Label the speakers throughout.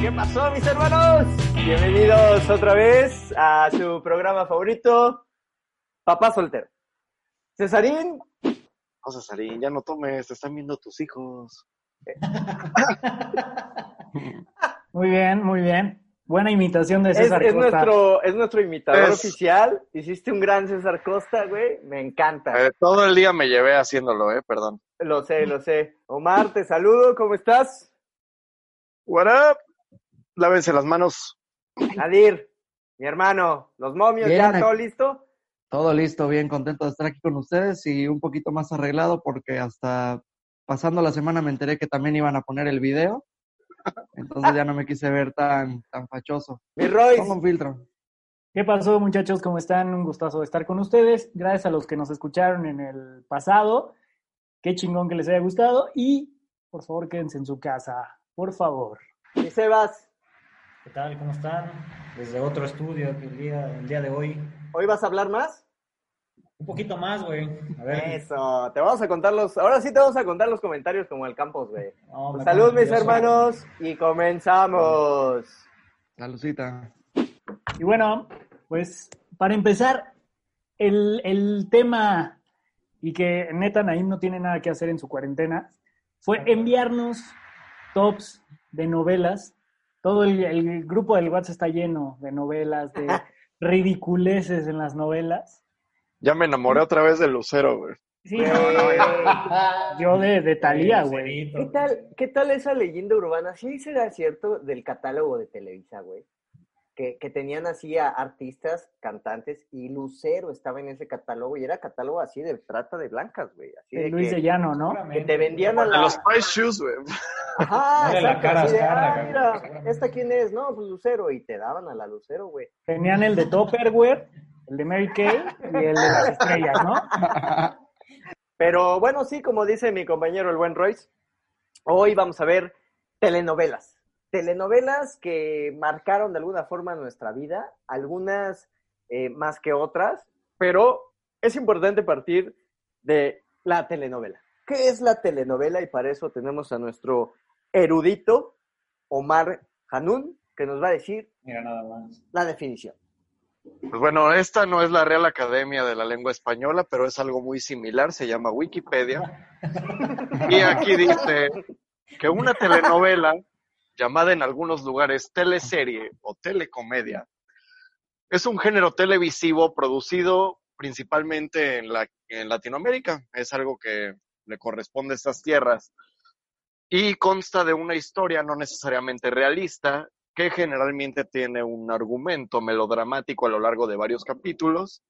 Speaker 1: ¿Qué pasó, mis hermanos? Bienvenidos otra vez a su programa favorito, Papá Soltero. Cesarín,
Speaker 2: No, Cesarín, ya no tomes, te están viendo tus hijos.
Speaker 3: Muy bien, muy bien. Buena imitación de
Speaker 1: es,
Speaker 3: César
Speaker 1: es
Speaker 3: Costa.
Speaker 1: nuestro, es nuestro imitador
Speaker 2: Es-
Speaker 1: oficial. Hiciste un gran César Costa, güey. Me encanta.
Speaker 2: Eh, todo el día me llevé haciéndolo, eh, perdón.
Speaker 1: Lo sé, lo sé. Omar, te saludo. ¿Cómo estás?
Speaker 2: What up? Lávense las manos.
Speaker 1: Nadir, mi hermano, los momios,
Speaker 4: Bien,
Speaker 1: ¿ya
Speaker 4: aquí-
Speaker 1: todo listo?
Speaker 4: Todo listo, bien contento de estar aquí con ustedes y un poquito más arreglado porque hasta pasando la semana me enteré que también iban a poner el video. Entonces ya no me quise ver tan, tan fachoso.
Speaker 1: Mi Royce,
Speaker 4: Pongo un filtro.
Speaker 3: ¿Qué pasó, muchachos? ¿Cómo están? Un gustazo de estar con ustedes. Gracias a los que nos escucharon en el pasado. Qué chingón que les haya gustado. Y por favor, quédense en su casa. Por favor.
Speaker 1: mi Sebas.
Speaker 5: ¿Qué tal? ¿Cómo están? Desde otro estudio que el día, el día de hoy.
Speaker 1: ¿Hoy vas a hablar más?
Speaker 5: Un poquito más, güey. A
Speaker 1: Eh,
Speaker 5: ver.
Speaker 1: Eso, te vamos a contar los, ahora sí te vamos a contar los comentarios como el campos, güey.
Speaker 5: No, me
Speaker 1: Salud,
Speaker 5: pongo
Speaker 1: mis
Speaker 5: nervioso.
Speaker 1: hermanos, y comenzamos.
Speaker 4: Saludcita.
Speaker 3: Y bueno, pues para empezar, el, el tema y que neta Naim no tiene nada que hacer en su cuarentena fue enviarnos tops de novelas. Todo el, el grupo del WhatsApp está lleno de novelas, de ridiculeces en las novelas.
Speaker 2: Ya me enamoré otra vez de Lucero, güey.
Speaker 3: Sí,
Speaker 1: Güey.
Speaker 3: yo de, de Thalía,
Speaker 5: Sí,
Speaker 3: güey.
Speaker 5: Lucerito.
Speaker 1: ¿Qué tal, ¿Qué tal esa leyenda urbana? ¿Sí será cierto del catálogo de Televisa, güey? Que, que tenían así a artistas, cantantes, y Lucero estaba en ese catálogo, y era catálogo así de trata de blancas, güey. Así
Speaker 3: De
Speaker 1: de
Speaker 3: Luis
Speaker 1: que,
Speaker 3: de Llano, ¿no?
Speaker 1: que te vendían a
Speaker 2: De
Speaker 1: la...
Speaker 2: los Spice Shoes, güey.
Speaker 1: Ajá,
Speaker 5: Dale la
Speaker 1: exacto,
Speaker 5: cara a
Speaker 1: así de,
Speaker 5: Azcárraga,
Speaker 1: "Ah,
Speaker 5: güey,
Speaker 1: mira,
Speaker 5: seguramente".
Speaker 1: ¿esta quién es? No, pues Lucero, y te daban a la Lucero, güey.
Speaker 3: Tenían el de Topperware, el de Mary Kay y el de las estrellas, ¿no?
Speaker 1: Pero bueno, sí, como dice mi compañero el buen Royce, hoy vamos a ver telenovelas. Telenovelas que marcaron de alguna forma nuestra vida, algunas eh, más que otras, pero es importante partir de la telenovela. ¿Qué es la telenovela? Y para eso tenemos a nuestro erudito Omar Hanun, que nos va a decir
Speaker 5: Mira, nada más.
Speaker 1: la definición.
Speaker 2: Pues bueno, esta no es la Real Academia de la Lengua Española, pero es algo muy similar, se llama Wikipedia. Y aquí dice que una telenovela, llamada en algunos lugares teleserie o telecomedia, es un género televisivo producido principalmente en, la- en Latinoamérica, es algo que le corresponde a estas tierras, y consta de una historia no necesariamente realista, que generalmente tiene un argumento melodramático a lo largo de varios capítulos.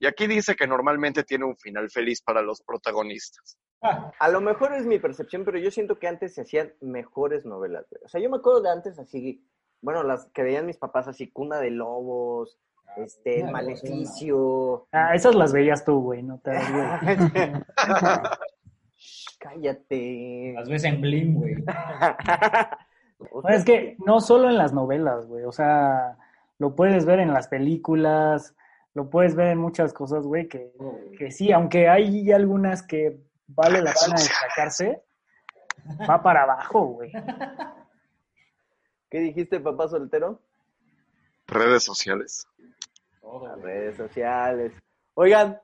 Speaker 2: Y aquí dice que normalmente tiene un final feliz para los protagonistas.
Speaker 1: A lo mejor es mi percepción, pero yo siento que antes se hacían mejores novelas. güey. O sea, yo me acuerdo de antes así, bueno, las que veían mis papás así, Cuna de Lobos, este, El
Speaker 5: Ah, Cuna de Lobos,
Speaker 1: Maleficio.
Speaker 3: Ah, esas las veías tú, güey, no te das, güey.
Speaker 1: Shh, Cállate.
Speaker 5: Las ves en Blim, güey.
Speaker 3: No, es que no solo en las novelas, güey, o sea, lo puedes ver en las películas, lo puedes ver en muchas cosas, güey, que, que sí, aunque hay algunas que vale la pena destacarse, va para abajo, güey.
Speaker 1: ¿Qué dijiste, papá soltero?
Speaker 2: Redes sociales.
Speaker 5: Todo,
Speaker 1: Las
Speaker 5: güey.
Speaker 1: redes sociales. Oigan,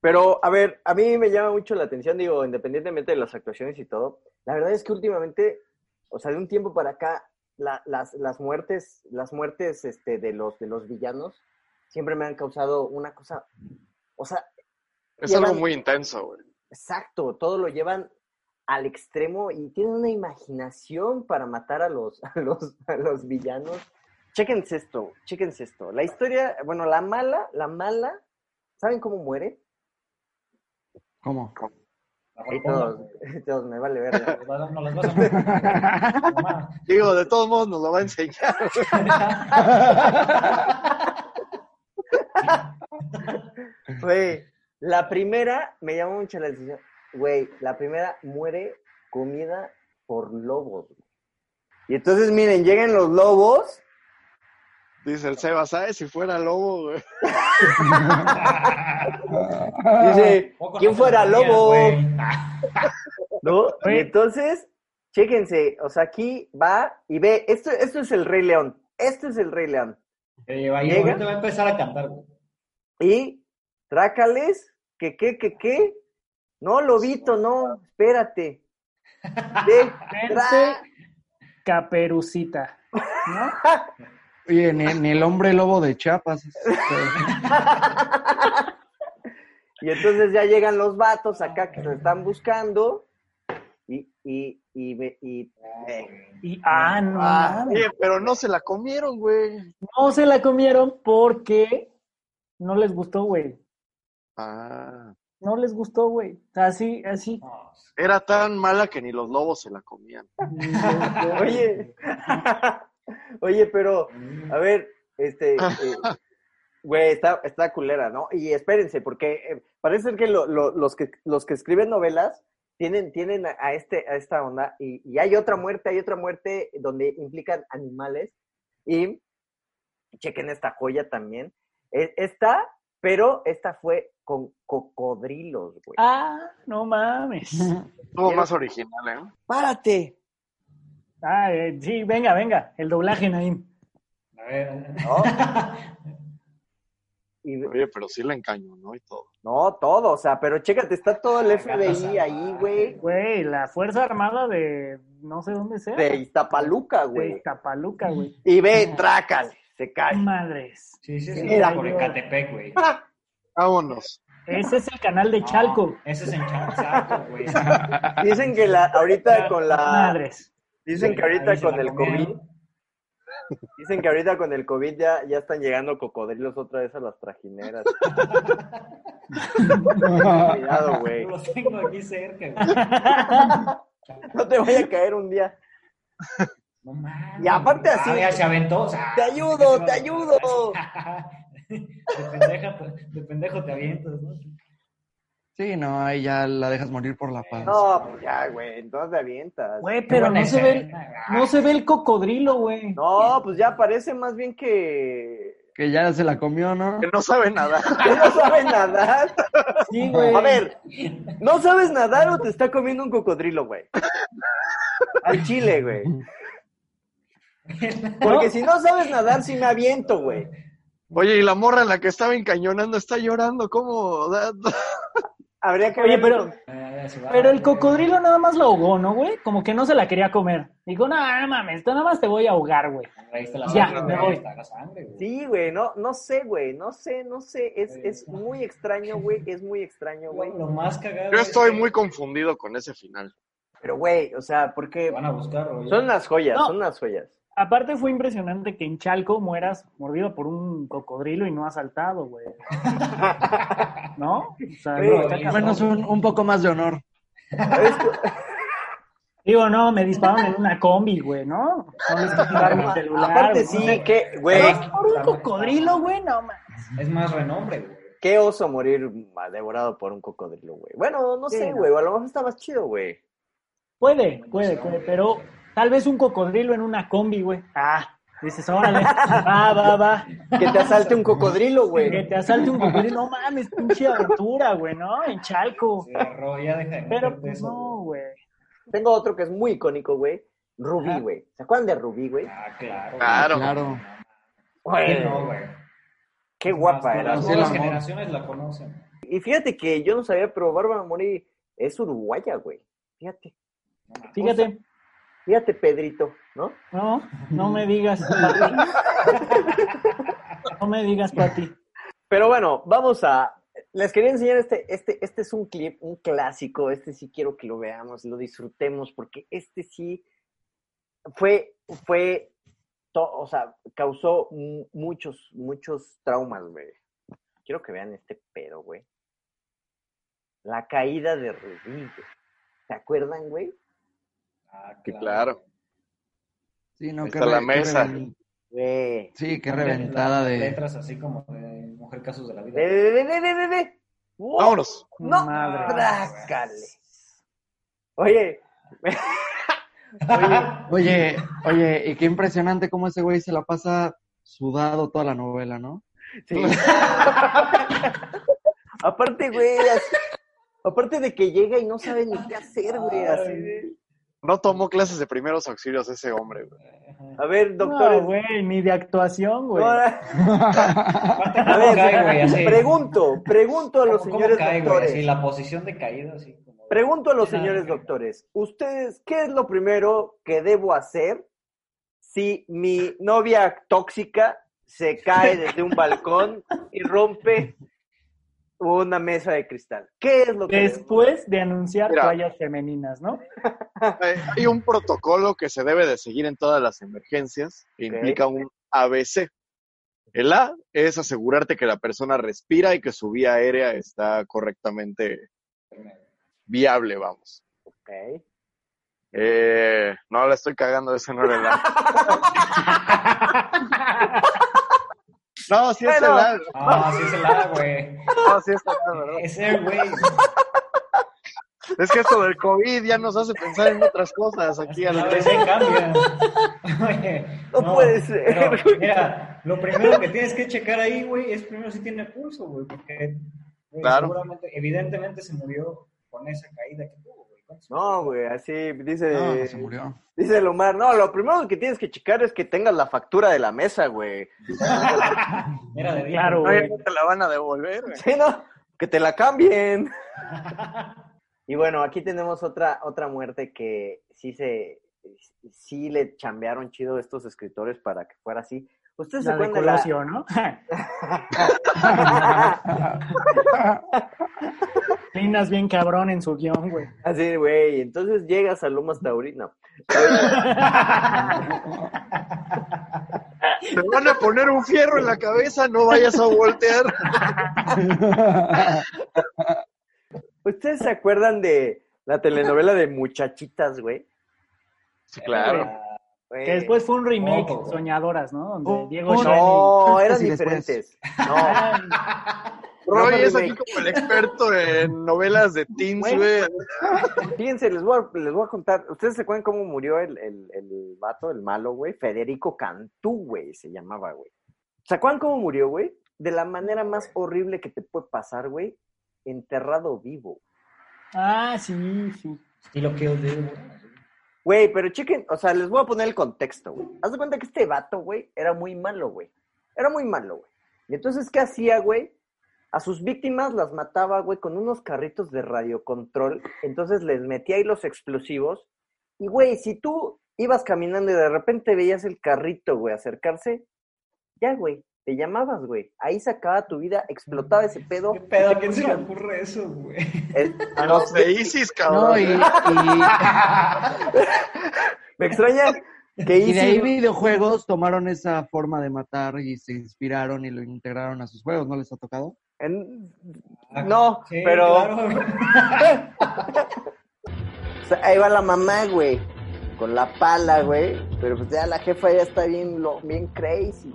Speaker 1: pero a ver, a mí me llama mucho la atención, digo, independientemente de las actuaciones y todo, la verdad es que últimamente, o sea, de un tiempo para acá, la- las, las muertes, las muertes este, de, los, de los villanos siempre me han causado una cosa, o sea,
Speaker 2: Es
Speaker 1: Llevan-
Speaker 2: algo muy intenso, güey.
Speaker 1: exacto, todo lo llevan al extremo y tienen una imaginación para matar a los, a los, a los villanos. Chéquense esto, chéquense esto. La historia, bueno, la mala, la mala, ¿saben cómo muere?
Speaker 4: ¿Cómo?
Speaker 1: Ahí todos, todos me vale ver.
Speaker 5: Nos las- nos las vas a mandar, güey. Mamá.
Speaker 2: Digo, de todos modos nos lo va a enseñar.
Speaker 1: Güey, la primera me llamó mucho la atención. Güey, la primera muere comida por lobos. güey. Y entonces, miren, llegan los lobos
Speaker 2: Dice el Seba, ¿sabes? Si fuera lobo, güey.
Speaker 1: Dice,
Speaker 5: Poco
Speaker 1: ¿quién
Speaker 5: nos
Speaker 1: fuera
Speaker 5: entendías,
Speaker 1: lobo?
Speaker 5: güey.
Speaker 1: ¿no? Y
Speaker 3: Oye.
Speaker 1: entonces, chéquense, o sea, aquí va y ve, esto, esto es el Rey León, esto es el Rey León.
Speaker 5: Eh, ahí
Speaker 1: Llega.
Speaker 5: ahorita va a empezar a cantar, güey.
Speaker 1: Y trácales, que qué, que qué, no, lobito, no, espérate. Ve, tra-
Speaker 3: Caperucita. ¿no?
Speaker 4: Oye, ni, ni el hombre lobo de Chiapas. este,
Speaker 1: Y entonces ya llegan los vatos acá que se están buscando y, y, y, me- y- eh,
Speaker 3: Y, ah, no,
Speaker 1: Ah,
Speaker 3: mames.
Speaker 2: Oye, pero no se la comieron, güey.
Speaker 3: no se la comieron porque no les gustó, güey.
Speaker 2: Ah.
Speaker 3: No les gustó, güey. Así, así.
Speaker 5: No,
Speaker 2: Era tan mala que ni los lobos se la comían.
Speaker 1: Ah. oye, oye, pero A ver, este, eh, güey, está, está culera, ¿no? Y espérense, porque eh, parece ser que, lo- lo- los que los que escriben novelas tienen, tienen a, a este, a esta onda, y, y hay otra muerte, hay otra muerte donde implican animales, y chequen esta joya también. E- Esta, pero esta fue con cocodrilos, güey.
Speaker 3: Ah, no mames.
Speaker 2: Estuvo más original, ¿eh?
Speaker 1: ¡Párate!
Speaker 3: Ah, eh, sí, venga, venga. El doblaje, Naim.
Speaker 5: a ver.
Speaker 1: ¿No? Y-
Speaker 2: Oye, pero sí la encañó, ¿no? Y todo.
Speaker 1: no, todo, o sea, pero chécate, está todo el FBI ahí, güey,
Speaker 3: Güey, la Fuerza Armada de no sé dónde sea.
Speaker 1: de Iztapaluca,
Speaker 3: De
Speaker 1: güey.
Speaker 3: Iztapaluca, güey.
Speaker 1: Y ve, trácale, se cae.
Speaker 3: Madres.
Speaker 5: Sí, sí, sí,
Speaker 1: Mira,
Speaker 5: por
Speaker 3: yo-
Speaker 5: Ecatepec, güey.
Speaker 2: Vámonos.
Speaker 3: Ese es el canal de Chalco.
Speaker 5: No, ese es en Chalco, exacto, güey.
Speaker 1: Dicen que la, ahorita con la,
Speaker 3: Madres.
Speaker 1: dicen que ahorita
Speaker 5: Ahí se
Speaker 1: con
Speaker 5: la
Speaker 1: el
Speaker 5: comieron.
Speaker 1: COVID, dicen que ahorita con el COVID ya, ya están llegando cocodrilos otra vez a las trajineras. Cuidado, güey.
Speaker 5: Los tengo aquí cerca, güey.
Speaker 1: No te vaya a caer un día.
Speaker 5: No mames.
Speaker 1: Y aparte así-
Speaker 5: Ah, ya se aventó. o sea,
Speaker 1: Te ayudo, te
Speaker 5: así-
Speaker 1: ayudo.
Speaker 5: De pendeja, pues, de pendejo te avientas, ¿no?
Speaker 4: sí, no, ahí ya la dejas morir por la paz.
Speaker 1: No, pues ya, güey, entonces te avientas.
Speaker 3: Güey, pero no se, ve, el- no se ve el cocodrilo, güey.
Speaker 1: No, pues ya parece más bien que
Speaker 4: Que ya se la comió, ¿no?
Speaker 2: Que no sabe nada.
Speaker 1: que no sabe nadar.
Speaker 3: Sí, güey.
Speaker 1: A ver, ¿no sabes nadar o te está comiendo un cocodrilo, güey? Al chile, güey. Porque si no sabes nadar, sí me aviento, güey.
Speaker 2: Oye, y la morra en la que estaba encañonando está llorando. ¿Cómo? Da- da-
Speaker 1: Habría que
Speaker 3: Oye,
Speaker 1: ver-
Speaker 3: pero, pero el cocodrilo nada más lo ahogó, ¿no, güey? Como que no se la quería comer. Dijo, no, no mames, tú nada más te voy a ahogar, güey. Ya,
Speaker 5: Ya,
Speaker 3: me voy.
Speaker 5: la sangre, güey.
Speaker 1: Sí, güey, no, no sé, güey, no sé, no sé. Es, es muy extraño, güey, es muy extraño, güey.
Speaker 5: Lo, lo más cagado.
Speaker 2: Yo
Speaker 5: es
Speaker 2: estoy
Speaker 5: que
Speaker 2: muy confundido con ese final.
Speaker 1: Pero, güey, o sea, porque
Speaker 5: te Van a buscar, güey.
Speaker 1: son las joyas,
Speaker 3: No.
Speaker 1: son las joyas.
Speaker 3: Aparte fue impresionante que en Chalco mueras mordido por un cocodrilo y no asaltado, güey. ¿No? O sea,
Speaker 1: Sí,
Speaker 3: no, está
Speaker 5: al
Speaker 4: Al
Speaker 3: cabrón.
Speaker 4: menos un, un poco más de honor.
Speaker 3: Digo, no, me dispararon en una combi, güey, ¿no? No les quitaron mi celular. Eh.
Speaker 1: Aparte,
Speaker 3: güey.
Speaker 1: sí, que, güey,
Speaker 3: Pero Por un cocodrilo, güey, no mames.
Speaker 5: Es más renombre, güey.
Speaker 1: qué oso morir devorado por un cocodrilo, güey. Bueno, no
Speaker 3: Sí,
Speaker 1: sé,
Speaker 3: no.
Speaker 1: güey, a lo mejor está más chido, güey.
Speaker 3: Puede, puede, puede, pero tal vez un cocodrilo en una combi, güey. Ah, dices, órale, va, va, va.
Speaker 1: Que te asalte un cocodrilo, güey.
Speaker 3: Que te asalte un cocodrilo, no mames, pinche aventura, güey, ¿no? En Chalco.
Speaker 5: Se agarró, ya deja de
Speaker 3: Pero
Speaker 5: meterte
Speaker 3: pues
Speaker 5: eso,
Speaker 3: no,
Speaker 5: güey.
Speaker 3: güey.
Speaker 1: Tengo otro que es muy icónico, güey. Rubí,
Speaker 3: Ajá.
Speaker 1: güey. ¿Se acuerdan de Rubí, güey?
Speaker 5: Ah, claro.
Speaker 2: Claro.
Speaker 4: Claro.
Speaker 5: güey.
Speaker 1: Güey,
Speaker 5: ¿Quién no, güey?
Speaker 1: Qué guapa
Speaker 5: Hasta
Speaker 1: era.
Speaker 5: Las
Speaker 4: Sí,
Speaker 1: güey.
Speaker 4: la
Speaker 5: nuevas
Speaker 4: amor.
Speaker 5: generaciones la conocen.
Speaker 1: Y fíjate que yo no sabía, pero Bárbara Mori es uruguaya, güey. Fíjate,
Speaker 3: Fíjate,
Speaker 1: fíjate, Pedrito, ¿no?
Speaker 3: no, no me digas, Pati. No me digas, Pati.
Speaker 1: Pero bueno, vamos a. Les quería enseñar este, este, este es un clip, un clásico. Este sí quiero que lo veamos, lo disfrutemos, porque este sí fue, fue, to- o sea, causó mu- muchos, muchos traumas, güey. Quiero que vean este pedo, güey. La caída de Rubí, güey. ¿Se acuerdan, güey?
Speaker 5: Ah,
Speaker 2: Sí, claro.
Speaker 4: Sí, no,
Speaker 2: Ahí
Speaker 4: qué
Speaker 2: está la
Speaker 4: qué
Speaker 2: mesa.
Speaker 4: reven-
Speaker 1: Güey.
Speaker 4: Sí, qué
Speaker 5: Hombre,
Speaker 4: reventada
Speaker 5: las
Speaker 4: de.
Speaker 5: Letras así como de Mujer Casos de la Vida.
Speaker 1: Ve, ve, ve, ve, ve, ve, ve. ¡Wow!
Speaker 2: Vámonos.
Speaker 1: No,
Speaker 3: Madre.
Speaker 1: trácale. Oye,
Speaker 4: Oye, oye, y qué impresionante cómo ese güey se la pasa sudado toda la novela, ¿no?
Speaker 1: Sí. aparte, güey, así- aparte de que llega y no sabe ni qué hacer,
Speaker 5: Ah,
Speaker 1: güey, así de-
Speaker 2: No tomó clases de primeros auxilios ese hombre, güey.
Speaker 1: A ver,
Speaker 3: No,
Speaker 1: doctores.
Speaker 3: güey, ni de actuación, güey.
Speaker 1: ahora- A
Speaker 5: ¿Cómo
Speaker 1: ver,
Speaker 5: cae, güey? Así.
Speaker 1: pregunto, pregunto a los
Speaker 5: ¿Cómo- cómo
Speaker 1: señores
Speaker 5: cae, güey?
Speaker 1: doctores.
Speaker 5: Así, la posición de caída, así. como-
Speaker 1: Pregunto a los
Speaker 5: Ajá.
Speaker 1: señores doctores, ¿ustedes qué es lo primero que debo hacer si mi novia tóxica se cae desde un balcón y rompe una mesa de cristal? ¿Qué es lo que
Speaker 3: Después de anunciar
Speaker 2: Mira.
Speaker 3: toallas femeninas, ¿no?
Speaker 2: Eh, hay un protocolo que se debe de seguir en todas las emergencias que
Speaker 1: Ok.
Speaker 2: implica un ABC. El A es asegurarte que la persona respira y que su vía aérea está correctamente viable, vamos.
Speaker 1: Ok.
Speaker 2: Eh, no, la estoy cagando, ese no era el A. No, sí es el
Speaker 1: Bueno.
Speaker 2: A.
Speaker 5: Ah, sí se la, güey.
Speaker 2: No, sí es el A, ¿verdad?
Speaker 5: Es el güey.
Speaker 2: Es que esto del COVID ya nos hace pensar en otras cosas aquí
Speaker 5: A
Speaker 2: al
Speaker 5: veces cambia. Oye,
Speaker 1: No puede ser,
Speaker 5: pero,
Speaker 1: güey.
Speaker 5: mira, lo primero que tienes que checar ahí, güey, es primero si tiene pulso, güey, porque güey,
Speaker 2: Claro.
Speaker 5: seguramente, evidentemente se murió con esa caída que tuvo, güey. ¿Cuántos-
Speaker 1: No, güey, así dice,
Speaker 4: No, no se murió.
Speaker 1: dice el Omar. No, lo primero que tienes que checar es que tengas la factura de la mesa, güey.
Speaker 5: Era de día.
Speaker 3: Claro,
Speaker 2: No, ya
Speaker 3: güey.
Speaker 2: no te la van a devolver. güey.
Speaker 1: Sí, ¿no? Que te la cambien. Y bueno, aquí tenemos otra, otra muerte que sí se sí le chambearon chido estos escritores para que fuera así. Ustedes se
Speaker 3: La de
Speaker 1: acuerdan de la-
Speaker 3: Colosio, ¿no? Linas bien cabrón en su guión, güey.
Speaker 1: así, Ah, güey. Entonces llegas a Lomas Taurino.
Speaker 2: Te van a poner un fierro en la cabeza, no vayas a voltear.
Speaker 1: ¿Ustedes se acuerdan de la telenovela de Muchachitas, güey? Ah,
Speaker 2: Sí,
Speaker 5: claro.
Speaker 1: Güey.
Speaker 3: Que después fue un remake,
Speaker 5: Ojo.
Speaker 3: Soñadoras, ¿no? Donde
Speaker 4: Oh,
Speaker 3: Diego
Speaker 4: oh,
Speaker 3: Schwenning-
Speaker 1: No, eran
Speaker 4: Sí, después.
Speaker 1: diferentes. No,
Speaker 2: Roy
Speaker 1: No, no,
Speaker 2: es
Speaker 1: no,
Speaker 2: aquí
Speaker 1: no.
Speaker 2: como el experto en novelas de teens,
Speaker 1: Güey.
Speaker 2: güey.
Speaker 1: fíjense, les voy, a, les voy a contar. ¿Ustedes se acuerdan cómo murió el, el, el vato, el malo, güey? Federico Cantú, güey, se llamaba, güey. ¿Se acuerdan cómo murió, güey? De la manera más horrible que te puede pasar, güey. Enterrado vivo.
Speaker 3: Ah, sí, sí.
Speaker 5: Estilo Kill Bill, güey.
Speaker 1: Güey, pero chequen, o sea, les voy a poner el contexto, güey. Haz de cuenta que este vato, güey, era muy malo, güey. Era muy malo, güey. Y entonces, ¿qué hacía, güey? A sus víctimas las mataba, güey, con unos carritos de radiocontrol. Entonces les metía ahí los explosivos. Y, güey, si tú ibas caminando y de repente veías el carrito, güey, acercarse, ya, güey, te llamabas, güey. Ahí se acababa tu vida, explotaba ese pedo.
Speaker 5: ¿Qué pedo?
Speaker 1: y
Speaker 5: ¿A
Speaker 1: te
Speaker 5: quién se le
Speaker 1: morías.
Speaker 5: ocurre eso, güey?
Speaker 1: Es-
Speaker 2: A los de Isis, cabrón.
Speaker 4: No, y, y-
Speaker 1: Me extraña que
Speaker 4: y de
Speaker 1: hice...
Speaker 4: ahí videojuegos tomaron esa forma de matar y se inspiraron y lo integraron a sus juegos, ¿no les ha tocado?
Speaker 1: en- No,
Speaker 5: Sí,
Speaker 1: pero...
Speaker 5: claro, güey.
Speaker 1: O sea, Pues, ahí va la mamá, güey, con la pala, güey. Pero pues ya la jefa ya está bien, lo, bien crazy.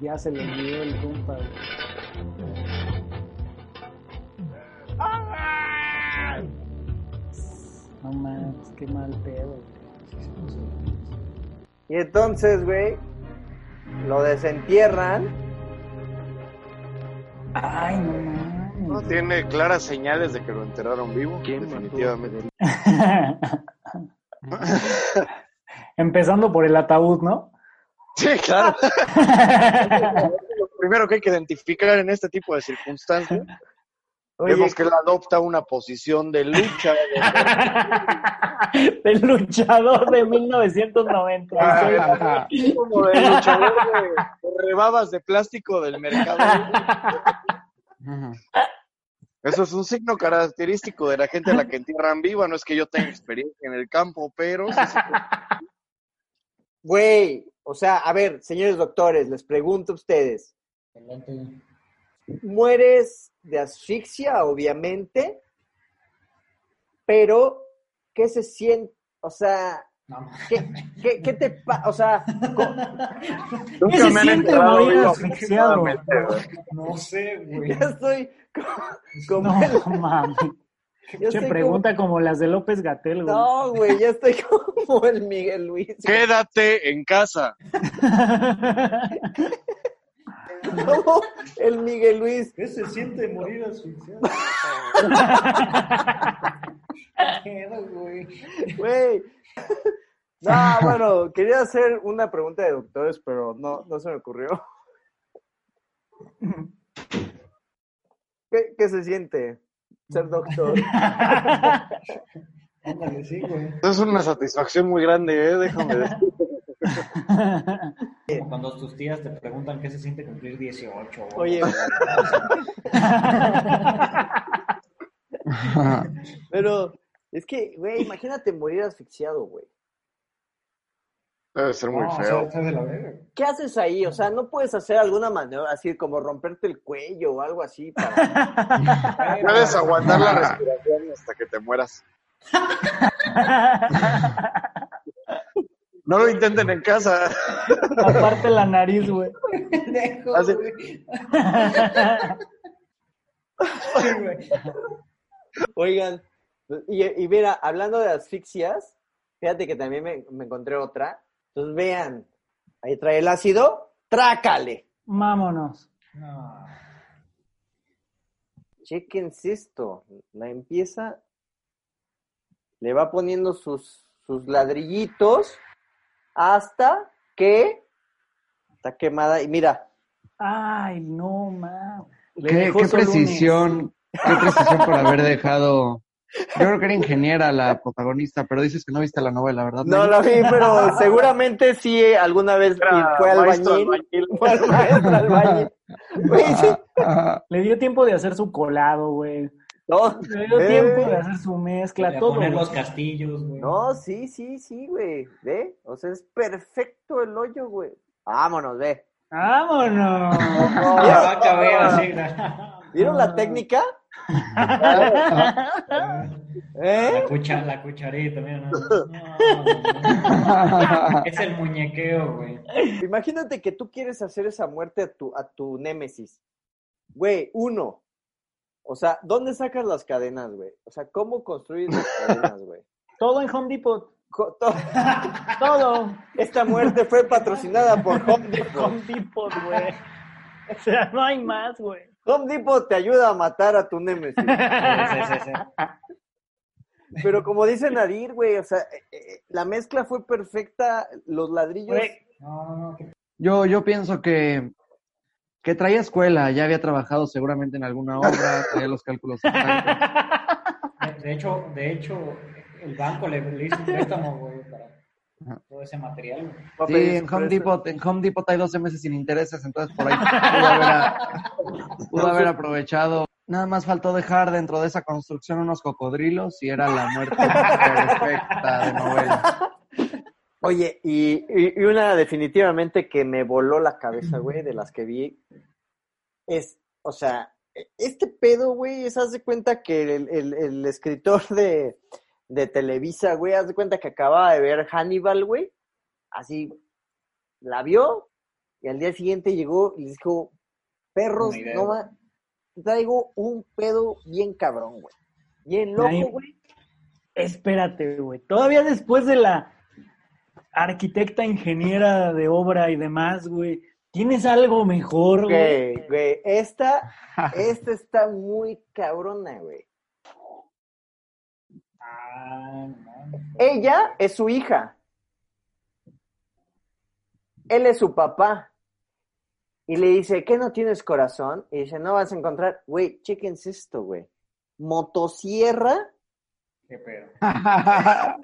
Speaker 3: Ya se le olvidó el compa, güey. No mames, qué mal pedo, güey.
Speaker 1: Y entonces, güey, lo desentierran.
Speaker 3: Ay, no mames.
Speaker 2: No tiene claras señales de que lo enterraron vivo, definitivamente.
Speaker 3: Empezando por el ataúd, ¿no?
Speaker 2: Sí, claro. lo primero que hay que identificar en este tipo de circunstancias,
Speaker 1: Oye,
Speaker 2: vemos que él adopta una posición de lucha.
Speaker 3: El luchador de 1990.
Speaker 4: Ah,
Speaker 2: de- como de luchador de, de rebabas de plástico del mercado.
Speaker 4: Ajá.
Speaker 2: Eso es un signo característico de la gente a la que entierran viva. No es que yo tenga experiencia en el campo, pero sí se
Speaker 1: güey, o sea, a ver, señores doctores, les pregunto a ustedes.
Speaker 5: Adelante.
Speaker 1: Mueres de asfixia, obviamente, pero ¿qué se siente? O sea,
Speaker 5: No, mames.
Speaker 1: ¿qué, qué, qué te pasa? O sea,
Speaker 3: ¿Qué se siente
Speaker 2: enterrado
Speaker 3: morir
Speaker 2: vivo,
Speaker 3: asfixiado?
Speaker 2: afortunadamente, güey.
Speaker 5: no sé, güey.
Speaker 1: ya estoy como, como
Speaker 3: No
Speaker 1: el-
Speaker 3: mames.
Speaker 1: Yo
Speaker 3: Che,
Speaker 1: estoy
Speaker 3: pregunta como las de López Gatel,
Speaker 1: como- No,
Speaker 3: güey.
Speaker 1: güey, ya estoy como el Miguel Luis. güey.
Speaker 2: Quédate en casa.
Speaker 1: Como el Miguel Luis.
Speaker 5: ¿Qué se siente morir asfixiado? Miedo, güey.
Speaker 1: Güey. No, bueno, quería hacer una pregunta de doctores, pero no, no se me ocurrió. ¿Qué, qué se siente ser doctor?
Speaker 5: Ándale, sí, güey.
Speaker 2: Es una satisfacción muy grande, ¿eh? Déjame decir.
Speaker 5: Como Cuando tus tías te preguntan qué se siente cumplir 18. güey.
Speaker 1: Oye, pero es que, güey, imagínate morir asfixiado, güey.
Speaker 2: Debe ser muy
Speaker 5: No, o sea,
Speaker 2: feo.
Speaker 5: estás de la verga.
Speaker 1: ¿Qué haces ahí? O sea, ¿no puedes hacer alguna manera así como romperte el cuello o algo así? Para...
Speaker 2: Puedes
Speaker 5: Ah.
Speaker 2: aguantar la respiración hasta que te mueras. No lo intenten en casa.
Speaker 3: Aparte la nariz, güey.
Speaker 5: Pendejo,
Speaker 2: Así-
Speaker 5: güey. Sí, güey.
Speaker 1: Oigan, y, y mira, hablando de asfixias, fíjate que también me, me encontré otra. Entonces vean, ahí trae el ácido, trácale.
Speaker 3: Vámonos.
Speaker 5: No.
Speaker 1: Chequense esto, la empieza, le va poniendo sus, sus ladrillitos hasta que está quemada. Y mira,
Speaker 3: Ay, no, mames.
Speaker 1: le
Speaker 4: ¿Qué,
Speaker 1: dejó
Speaker 4: qué
Speaker 1: solo un-
Speaker 4: precisión, qué precisión por haber dejado. Yo creo que era ingeniera la protagonista, pero dices que no viste la novela, ¿verdad?
Speaker 1: No
Speaker 4: Manny?
Speaker 1: la vi, pero seguramente sí eh, alguna vez
Speaker 2: Era
Speaker 1: fue al
Speaker 2: maestro
Speaker 1: bañil.
Speaker 2: albañil.
Speaker 1: Fue al maestro albañil. Güey, sí.
Speaker 4: Ah,
Speaker 3: Le dio tiempo de hacer su colado, güey.
Speaker 1: No,
Speaker 3: Le dio
Speaker 1: Eh.
Speaker 3: tiempo de hacer su
Speaker 5: Y
Speaker 3: mezcla,
Speaker 5: a
Speaker 3: todo.
Speaker 5: poner
Speaker 3: güey.
Speaker 5: los castillos, güey.
Speaker 1: no, sí, sí, sí, güey. ¿Ve? O sea, es perfecto el hoyo, güey. Vámonos, ve.
Speaker 3: Vámonos.
Speaker 5: Ya va a caber
Speaker 1: Ah.
Speaker 5: así.
Speaker 1: ¿Vieron la técnica? ¿Eh?
Speaker 5: La, cucha- la cucharita, mira. no, no, no.
Speaker 4: ah.
Speaker 5: Es el muñequeo, güey.
Speaker 1: Imagínate que tú quieres hacer esa muerte a tu, a tu némesis. Güey, uno. O sea, ¿dónde sacas las cadenas, güey? O sea, ¿cómo construyes las cadenas, güey?
Speaker 3: Todo en Home Depot.
Speaker 1: Co- to-
Speaker 3: Todo.
Speaker 1: Esta muerte fue patrocinada por Home Depot.
Speaker 3: Home Depot, güey. O sea, no hay más, güey.
Speaker 1: Home Depot te ayuda a matar a tu némesis.
Speaker 5: Sí, sí, sí, sí.
Speaker 1: Pero como dice Nadir, güey, o sea, eh, eh, la mezcla fue perfecta, los ladrillos.
Speaker 3: Güey,
Speaker 5: No, no, no. qué-
Speaker 4: Yo, yo pienso que, que traía escuela, ya había trabajado seguramente en alguna obra, traía los cálculos. exactos.
Speaker 5: de- De hecho, de hecho, el banco le, le hizo un préstamo, güey, para todo ese material, güey.
Speaker 1: Va a
Speaker 4: Sí,
Speaker 1: pedir
Speaker 4: en
Speaker 1: su
Speaker 4: Home,
Speaker 1: préstamo.
Speaker 4: Depot, en Home Depot hay 12 meses sin intereses, entonces por ahí pudo haber, a- pudo haber aprovechado. Nada más faltó dejar dentro de esa construcción unos cocodrilos y era la muerte perfecta de novela.
Speaker 1: Oye, y, y- y una definitivamente que me voló la cabeza, güey, de las que vi, es, o sea, e- este pedo, güey, es, haz de cuenta que el, el- el escritor de, de Televisa, güey, haz de cuenta que acababa de ver Hannibal, güey, así, la vio, y al día siguiente llegó y dijo, perros,
Speaker 5: Una idea.
Speaker 1: no ma- traigo un pedo bien cabrón, güey, bien
Speaker 3: Ahí-
Speaker 1: loco, güey.
Speaker 3: espérate, güey. Todavía después de la arquitecta, ingeniera de obra y demás, güey. ¿Tienes algo mejor, güey?
Speaker 1: Güey, güey, esta, esta está muy cabrona, güey.
Speaker 5: Ah, no, mames.
Speaker 1: Ella es su hija. Él es su papá. Y le dice, ¿qué no tienes corazón? Y dice, no vas a encontrar, güey, chéquense esto, güey. Motosierra.
Speaker 5: qué pedo.
Speaker 3: Ah,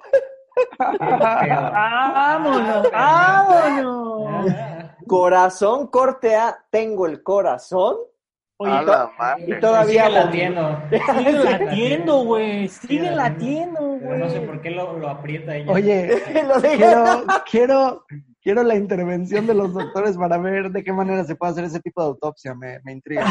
Speaker 3: ¡Vámonos! ¡Vámonos!
Speaker 1: Corazón, corte A, tengo el corazón.
Speaker 2: A
Speaker 3: Oye,
Speaker 2: la madre.
Speaker 1: Y todavía
Speaker 5: Ah, Sigue
Speaker 1: la-
Speaker 5: latiendo.
Speaker 3: sigue latiendo, güey. Sigue
Speaker 5: Sigue
Speaker 3: latiendo,
Speaker 5: latiendo.
Speaker 3: güey.
Speaker 5: Pero no sé por qué lo, lo aprieta ella.
Speaker 4: Oye,
Speaker 1: Lo dije.
Speaker 4: quiero, quiero, quiero la intervención de los doctores para ver de qué manera se puede hacer ese tipo de autopsia, me, me intriga.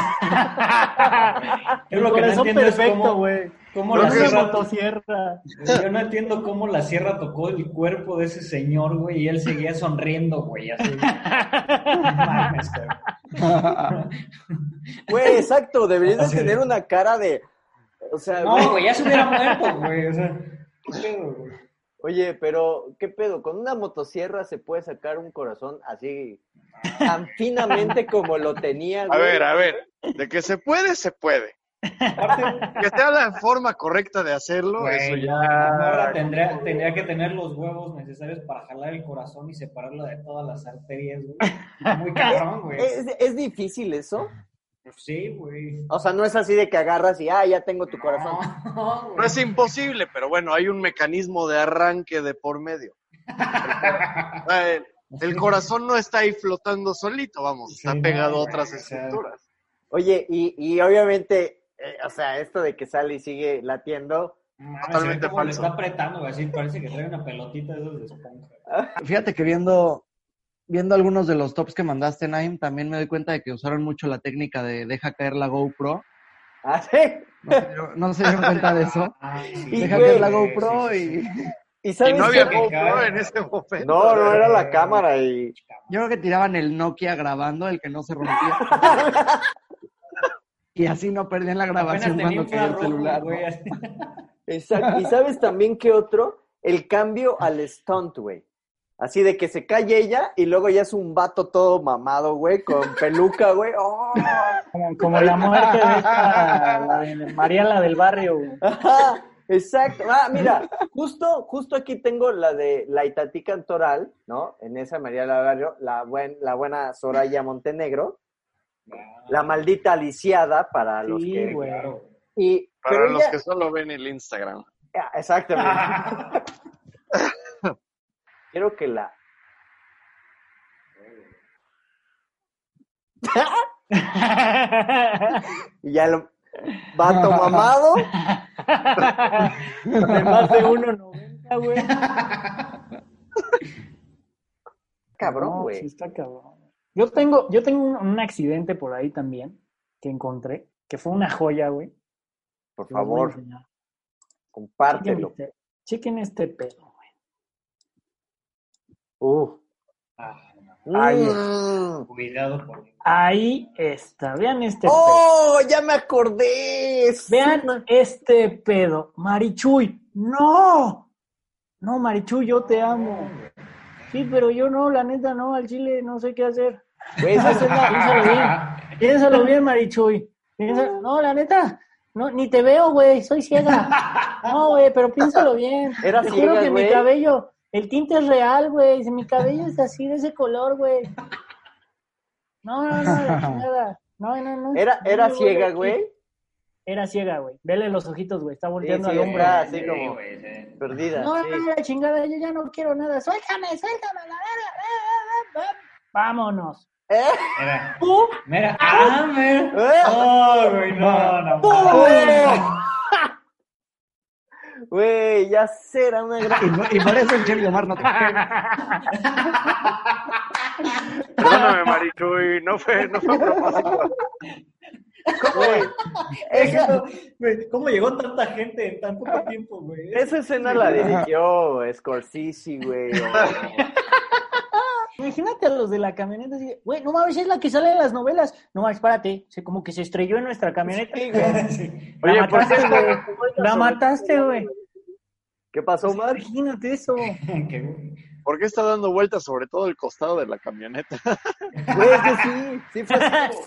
Speaker 5: Yo lo que no
Speaker 3: corazón
Speaker 5: entiendo es
Speaker 3: perfecto,
Speaker 5: cómo-
Speaker 3: güey.
Speaker 5: ¿Cómo
Speaker 3: Con
Speaker 5: la
Speaker 2: Creo que
Speaker 3: una
Speaker 2: es-
Speaker 5: sierra
Speaker 3: motosierra.
Speaker 5: Yo no entiendo cómo la sierra tocó el cuerpo de ese señor, güey, y él seguía sonriendo, güey, así. No mames, cabrón.
Speaker 1: Güey, exacto, deberías de
Speaker 5: Así
Speaker 1: tener
Speaker 5: es.
Speaker 1: una cara de, O sea,
Speaker 5: No,
Speaker 1: güey,
Speaker 5: güey, ya se hubiera muerto, güey. O sea, qué pedo, güey.
Speaker 1: oye, pero ¿qué pedo? ¿Con una motosierra se puede sacar un corazón así tan finamente como lo tenía?
Speaker 2: A
Speaker 1: güey?
Speaker 2: ver, a ver, de que se puede, se puede.
Speaker 5: Aparte,
Speaker 2: Que sea la forma correcta de hacerlo, eso
Speaker 5: güey,
Speaker 2: ya.
Speaker 5: la morra tendría, tendría que tener los huevos necesarios para jalar el corazón y separarla de todas las arterias, güey. Muy cabrón, güey.
Speaker 1: ¿Es, es difícil eso?
Speaker 5: Pues sí, güey.
Speaker 1: O sea, no es así de que agarras y, ah, ya tengo tu corazón.
Speaker 5: No,
Speaker 2: No es imposible, pero bueno, hay un mecanismo de arranque de por medio. Eh, El corazón no está ahí flotando solito, vamos, está
Speaker 5: Sí,
Speaker 2: pegado
Speaker 5: no,
Speaker 2: a otras
Speaker 5: güey, o sea.
Speaker 2: estructuras.
Speaker 1: Oye, y, y obviamente, eh, o sea, esto de que sale y sigue latiendo.
Speaker 5: Mames,
Speaker 2: Totalmente
Speaker 5: se ve cómo le
Speaker 2: falso.
Speaker 5: está apretando, güey, así parece que trae una pelotita de esos de esponja.
Speaker 4: Fíjate que viendo, viendo algunos de los tops que mandaste, Naim, también me doy cuenta de que usaron mucho la técnica de deja caer la GoPro.
Speaker 1: Ah, sí.
Speaker 4: No se dieron, no se dieron cuenta de eso.
Speaker 5: Ah, sí,
Speaker 1: Y,
Speaker 4: Deja
Speaker 1: güey,
Speaker 4: caer la
Speaker 5: sí,
Speaker 4: GoPro
Speaker 5: sí, sí,
Speaker 4: y...
Speaker 5: sí.
Speaker 1: Y
Speaker 2: Y
Speaker 1: sabes
Speaker 2: no
Speaker 1: qué?
Speaker 2: había
Speaker 5: que-
Speaker 2: GoPro en ese momento.
Speaker 1: No, no era la cámara y.
Speaker 4: Yo creo que tiraban el Nokia grabando, el que no se rompía. y así no perdían la grabación
Speaker 5: Apenas tenía
Speaker 4: cuando caía el
Speaker 5: infrarrojo,
Speaker 4: celular. ¿no?
Speaker 5: güey, así.
Speaker 1: Exacto. Y sabes también qué otro, el cambio al stunt, güey. Así de que se cae ella y luego ya es un vato todo mamado, güey, con peluca, güey. ¡Oh!
Speaker 3: Como, como la muerte de esta, la de María la del barrio. güey.
Speaker 1: Ajá, Exacto. Ah, mira, justo, justo aquí tengo la de la Itatí Cantoral, ¿no? En esa María la Barrio, la, buen, la buena Soraya Montenegro, la maldita aliciada para los
Speaker 3: Sí,
Speaker 1: que.
Speaker 3: güey.
Speaker 1: Y,
Speaker 2: Para
Speaker 1: pero
Speaker 2: los
Speaker 1: ella-
Speaker 2: que solo ven el Instagram.
Speaker 1: Ah, Exactamente. Quiero que la. Y ya lo. Vato mamado.
Speaker 3: De más de 1.90, güey.
Speaker 1: Cabrón,
Speaker 3: No,
Speaker 1: güey.
Speaker 3: sí está cabrón. Yo tengo, yo tengo un, un accidente por ahí también que encontré, que fue una joya, güey.
Speaker 1: Por
Speaker 3: Les voy a
Speaker 1: favor,
Speaker 3: enseñar. Chequen
Speaker 1: compártelo.
Speaker 3: este, chequen este pedo, güey.
Speaker 1: Uh.
Speaker 5: Ah, no.
Speaker 1: Ahí
Speaker 3: Ahí
Speaker 5: Mm.
Speaker 1: está.
Speaker 5: Cuidado con
Speaker 3: Ahí está, vean este pedo.
Speaker 1: ¡Oh! ¡Ya me acordé! Sí,
Speaker 3: Vean
Speaker 1: man.
Speaker 3: este pedo. Marichuy, no. No, Marichuy, yo te amo. Sí, pero yo no, la neta no, al chile no sé qué hacer.
Speaker 1: Güey, esa es
Speaker 3: Piénsalo
Speaker 1: una-
Speaker 3: bien,
Speaker 5: Ah,
Speaker 3: piénsalo bien, Marichuy. Piénsalo- No, la neta, no, ni te veo, güey, soy ciega. No, güey, pero piénsalo bien.
Speaker 1: Era
Speaker 3: te
Speaker 1: ciega,
Speaker 3: juro que
Speaker 1: güey.
Speaker 3: mi cabello, el tinte es real, güey. si Mi cabello es así, de ese color, güey. No, no, no, la chingada. No, no, no.
Speaker 1: Era,
Speaker 3: No
Speaker 1: era
Speaker 3: me voy de
Speaker 1: ciega,
Speaker 3: aquí.
Speaker 1: güey.
Speaker 3: Era ciega, güey. Vele los ojitos, güey. Está volteando
Speaker 1: Sí, sí,
Speaker 3: al hombre.
Speaker 1: era así
Speaker 5: Sí,
Speaker 1: como
Speaker 5: güey, sí.
Speaker 1: perdida.
Speaker 3: No,
Speaker 1: sí.
Speaker 3: no, no, la chingada, yo ya no quiero nada. Suéltame, suéltame, la verga. Vámonos.
Speaker 1: ¿Eh?
Speaker 5: Mira,
Speaker 3: ¡Pum!
Speaker 5: mira. Ah, mira.
Speaker 1: ¿Eh?
Speaker 5: Oh, güey, no, no.
Speaker 1: Güey, ya será una gran.
Speaker 4: Y, por- y por eso el Che Guimar no te
Speaker 2: Perdóname, Marichuy, no fue, no fue a propósito.
Speaker 1: Güey, esa,
Speaker 5: Güey, ¿Cómo llegó tanta gente en tan poco tiempo, güey?
Speaker 1: esa escena la dirigió Scorsese, güey. o-
Speaker 3: Imagínate a los de la camioneta así, de, güey, no mames, es la que sale en las novelas. No mames, párate, se, como que se estrelló en nuestra camioneta.
Speaker 1: Sí, güey.
Speaker 5: Sí.
Speaker 3: La
Speaker 2: Oye, ¿por
Speaker 3: mataste,
Speaker 2: qué?
Speaker 3: güey. La mataste, güey.
Speaker 1: ¿Qué pasó, Mar?
Speaker 3: Imagínate eso.
Speaker 5: Qué güey.
Speaker 2: ¿Por qué está dando vueltas sobre todo el costado de la camioneta?
Speaker 1: Güey, es que sí, sí fue así.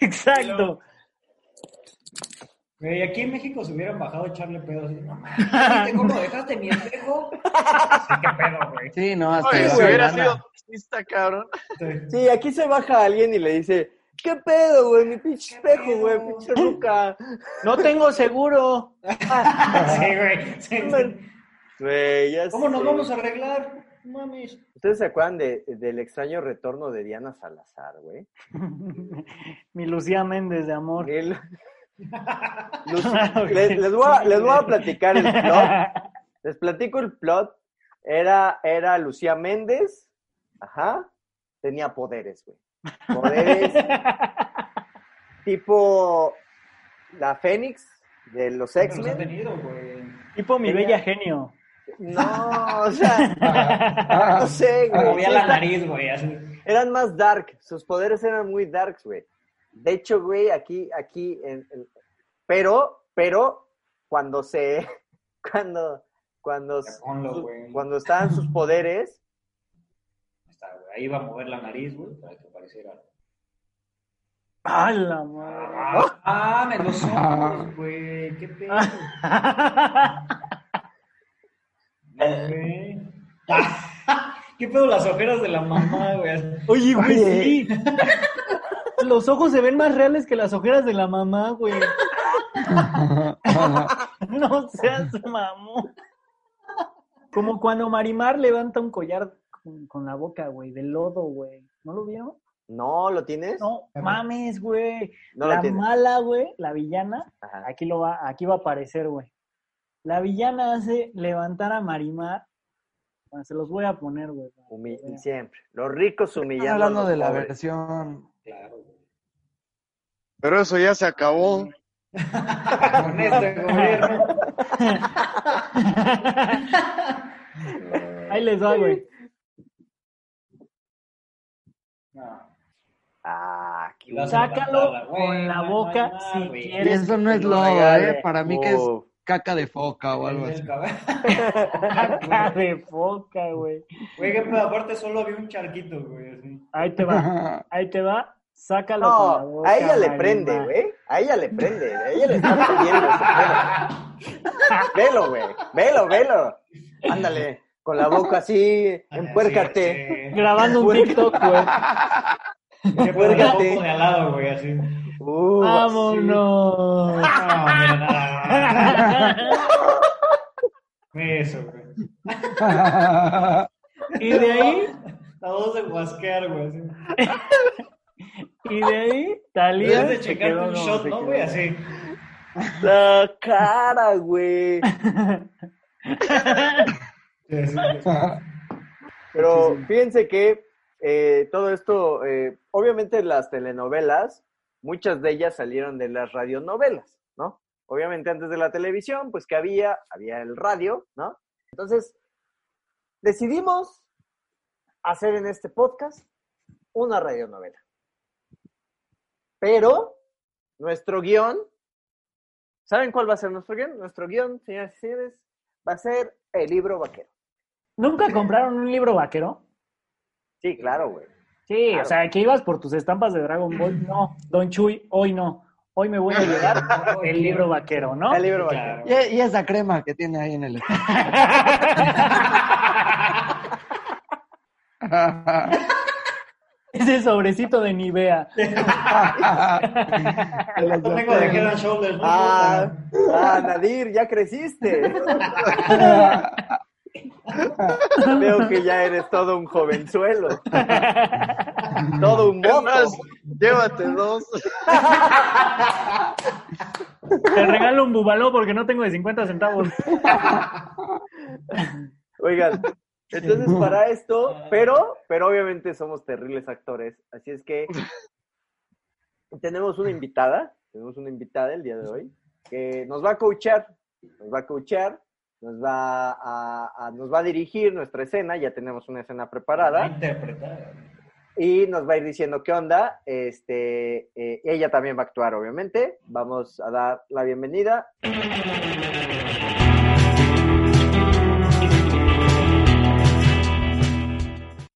Speaker 3: Exacto.
Speaker 5: Güey, aquí en México se hubieran bajado a echarle pedo. así, No mames, ¿cómo lo dejaste ni el dejo? Sí, qué pedo, güey.
Speaker 4: Sí, no, hasta
Speaker 2: Oye,
Speaker 4: le
Speaker 2: si
Speaker 4: baja
Speaker 2: hubiera
Speaker 4: lana.
Speaker 2: sido taxista, cabrón.
Speaker 5: Sí.
Speaker 1: Sí, aquí se baja alguien y le dice, ¿qué pedo, güey? Mi pinche espejo, güey, pinche ruca.
Speaker 3: No tengo seguro.
Speaker 5: Sí, güey. Sí, sí.
Speaker 1: Güey, ya
Speaker 5: ¿Cómo nos
Speaker 1: sé.
Speaker 5: vamos a arreglar? No Mames.
Speaker 1: ¿Ustedes se acuerdan de- del extraño retorno de Diana Salazar, güey?
Speaker 3: Mi Lucía Méndez de amor.
Speaker 1: El- Los- les, les voy a, les voy a platicar el plot. Les platico el plot. Era, era Lucía Méndez. Ajá. Tenía poderes, güey. Poderes tipo la Fénix de los
Speaker 5: Los ha
Speaker 1: X-Men.
Speaker 5: tenido, güey.
Speaker 3: tipo mi
Speaker 1: Tenía-
Speaker 3: bella genio.
Speaker 1: No, o sea, no sé, güey.
Speaker 5: Movía
Speaker 1: Sí
Speaker 5: la
Speaker 1: Ah, está-
Speaker 5: nariz, güey. Así.
Speaker 1: Eran más dark, sus poderes eran muy darks, güey. De hecho, güey, aquí, aquí, en- en- pero, pero, cuando se, cuando, cuando,
Speaker 5: Ya ponlo,
Speaker 1: su-
Speaker 5: güey.
Speaker 1: cuando estaban sus poderes,
Speaker 5: Está, güey. Ahí va a mover la nariz, güey, para que pareciera.
Speaker 3: ¡A la madre!
Speaker 5: Ah, me los ojos, güey. Qué pedo.
Speaker 1: Ah.
Speaker 3: Eh,
Speaker 5: güey. ¿Qué pedo las ojeras de la mamá, güey?
Speaker 3: Oye, güey,
Speaker 1: Oye.
Speaker 3: sí. Los ojos se ven más reales que las ojeras de la mamá, güey. No seas mamón. Como cuando Marimar levanta un collar con, con la boca, güey, de lodo, güey. ¿No lo vieron?
Speaker 1: no, ¿lo tienes?
Speaker 3: No, mames, güey.
Speaker 1: No lo
Speaker 3: la
Speaker 1: tienes.
Speaker 3: mala, güey, la villana,
Speaker 1: Ajá.
Speaker 3: aquí lo va, aquí va a aparecer, güey. La villana hace levantar a Marimar. Bueno, se los voy a poner, güey.
Speaker 1: Humi- siempre. Los ricos
Speaker 4: Están
Speaker 1: humillando.
Speaker 4: hablando
Speaker 1: a los
Speaker 4: de la
Speaker 1: pobres.
Speaker 4: versión.
Speaker 5: Claro, güey.
Speaker 2: Pero eso ya se acabó.
Speaker 5: Con este gobierno.
Speaker 3: Ahí les va, güey.
Speaker 5: No.
Speaker 1: Ah, qué
Speaker 5: Lo hace
Speaker 3: Sácalo
Speaker 5: levantarla, güey,
Speaker 3: con la
Speaker 5: no hay
Speaker 3: boca
Speaker 5: más,
Speaker 3: si
Speaker 5: güey.
Speaker 4: Y
Speaker 3: quieres.
Speaker 4: eso no es lodo, ¿eh? Para mí que es
Speaker 1: Uf.
Speaker 4: caca de foca o algo
Speaker 5: Es
Speaker 4: así.
Speaker 5: el cabello.
Speaker 3: Caca de foca, güey.
Speaker 5: Güey, que pero aparte solo había un charquito, güey. así.
Speaker 3: Ahí te va, ahí te va. Sácalo con la
Speaker 1: No,
Speaker 3: boca.
Speaker 1: a ella le
Speaker 3: Marimar.
Speaker 1: prende, güey. A ella le prende. A ella le está prendiendo ese pedo. Velo, güey. Velo, velo. Ándale. Con la boca así,
Speaker 5: Ah,
Speaker 1: empuércate.
Speaker 5: Sí, sí.
Speaker 3: Grabando un TikTok, güey.
Speaker 5: Qué pedo la
Speaker 1: Fíjate.
Speaker 5: boca de al lado, güey, así. No,
Speaker 1: Uh,
Speaker 3: Ah, Vámonos.
Speaker 5: mira, nada. Eso, güey.
Speaker 3: Y de ahí,
Speaker 5: La voz de guasquear, güey. así.
Speaker 3: y de ahí,
Speaker 5: Debes
Speaker 3: Talía.
Speaker 5: de
Speaker 3: se
Speaker 5: checarte
Speaker 3: quedó
Speaker 5: un
Speaker 3: como
Speaker 5: shot,
Speaker 3: se
Speaker 5: ¿no,
Speaker 3: quedó.
Speaker 5: güey? Así.
Speaker 1: La cara, güey.
Speaker 5: Sí, sí, sí.
Speaker 1: Pero fíjense que eh, todo esto, eh, obviamente las telenovelas, muchas de ellas salieron de las radionovelas, ¿no? Obviamente antes de la televisión, pues que había, había el radio, ¿no? Entonces, decidimos hacer en este podcast una radionovela. Pero nuestro guión, ¿saben cuál va a ser nuestro guión? Nuestro guión, señoras y señores, va a ser el libro vaquero.
Speaker 3: ¿Nunca compraron un libro vaquero?
Speaker 1: Sí, claro, güey.
Speaker 3: Sí, o
Speaker 1: Claro.
Speaker 3: sea, que ibas por tus estampas de Dragon Ball. No, Don Chuy, hoy no. Hoy me voy a llevar el libro vaquero, ¿no?
Speaker 1: El libro vaquero.
Speaker 5: Claro.
Speaker 4: Y, y esa crema que tiene ahí en el.
Speaker 3: Ese sobrecito de Nivea.
Speaker 5: No tengo de Head and Shoulders, ¿no?
Speaker 1: Ah, ah, Nadir, ya creciste. Veo que ya eres todo un jovenzuelo. Todo un
Speaker 2: Es
Speaker 1: mozo.
Speaker 2: más, llévate dos.
Speaker 3: Te regalo un bubaló porque no tengo de 50 centavos.
Speaker 1: Oigan, entonces para esto, pero, pero obviamente somos terribles actores, así es que tenemos una invitada, tenemos una invitada el día de hoy, que nos va a coachar, nos va a coachar, nos va a, a- nos va a dirigir nuestra escena, ya tenemos una escena preparada.
Speaker 5: Interpretar.
Speaker 1: y nos va a ir diciendo qué onda. Este, eh, ella también va a actuar, obviamente. Vamos a dar la bienvenida.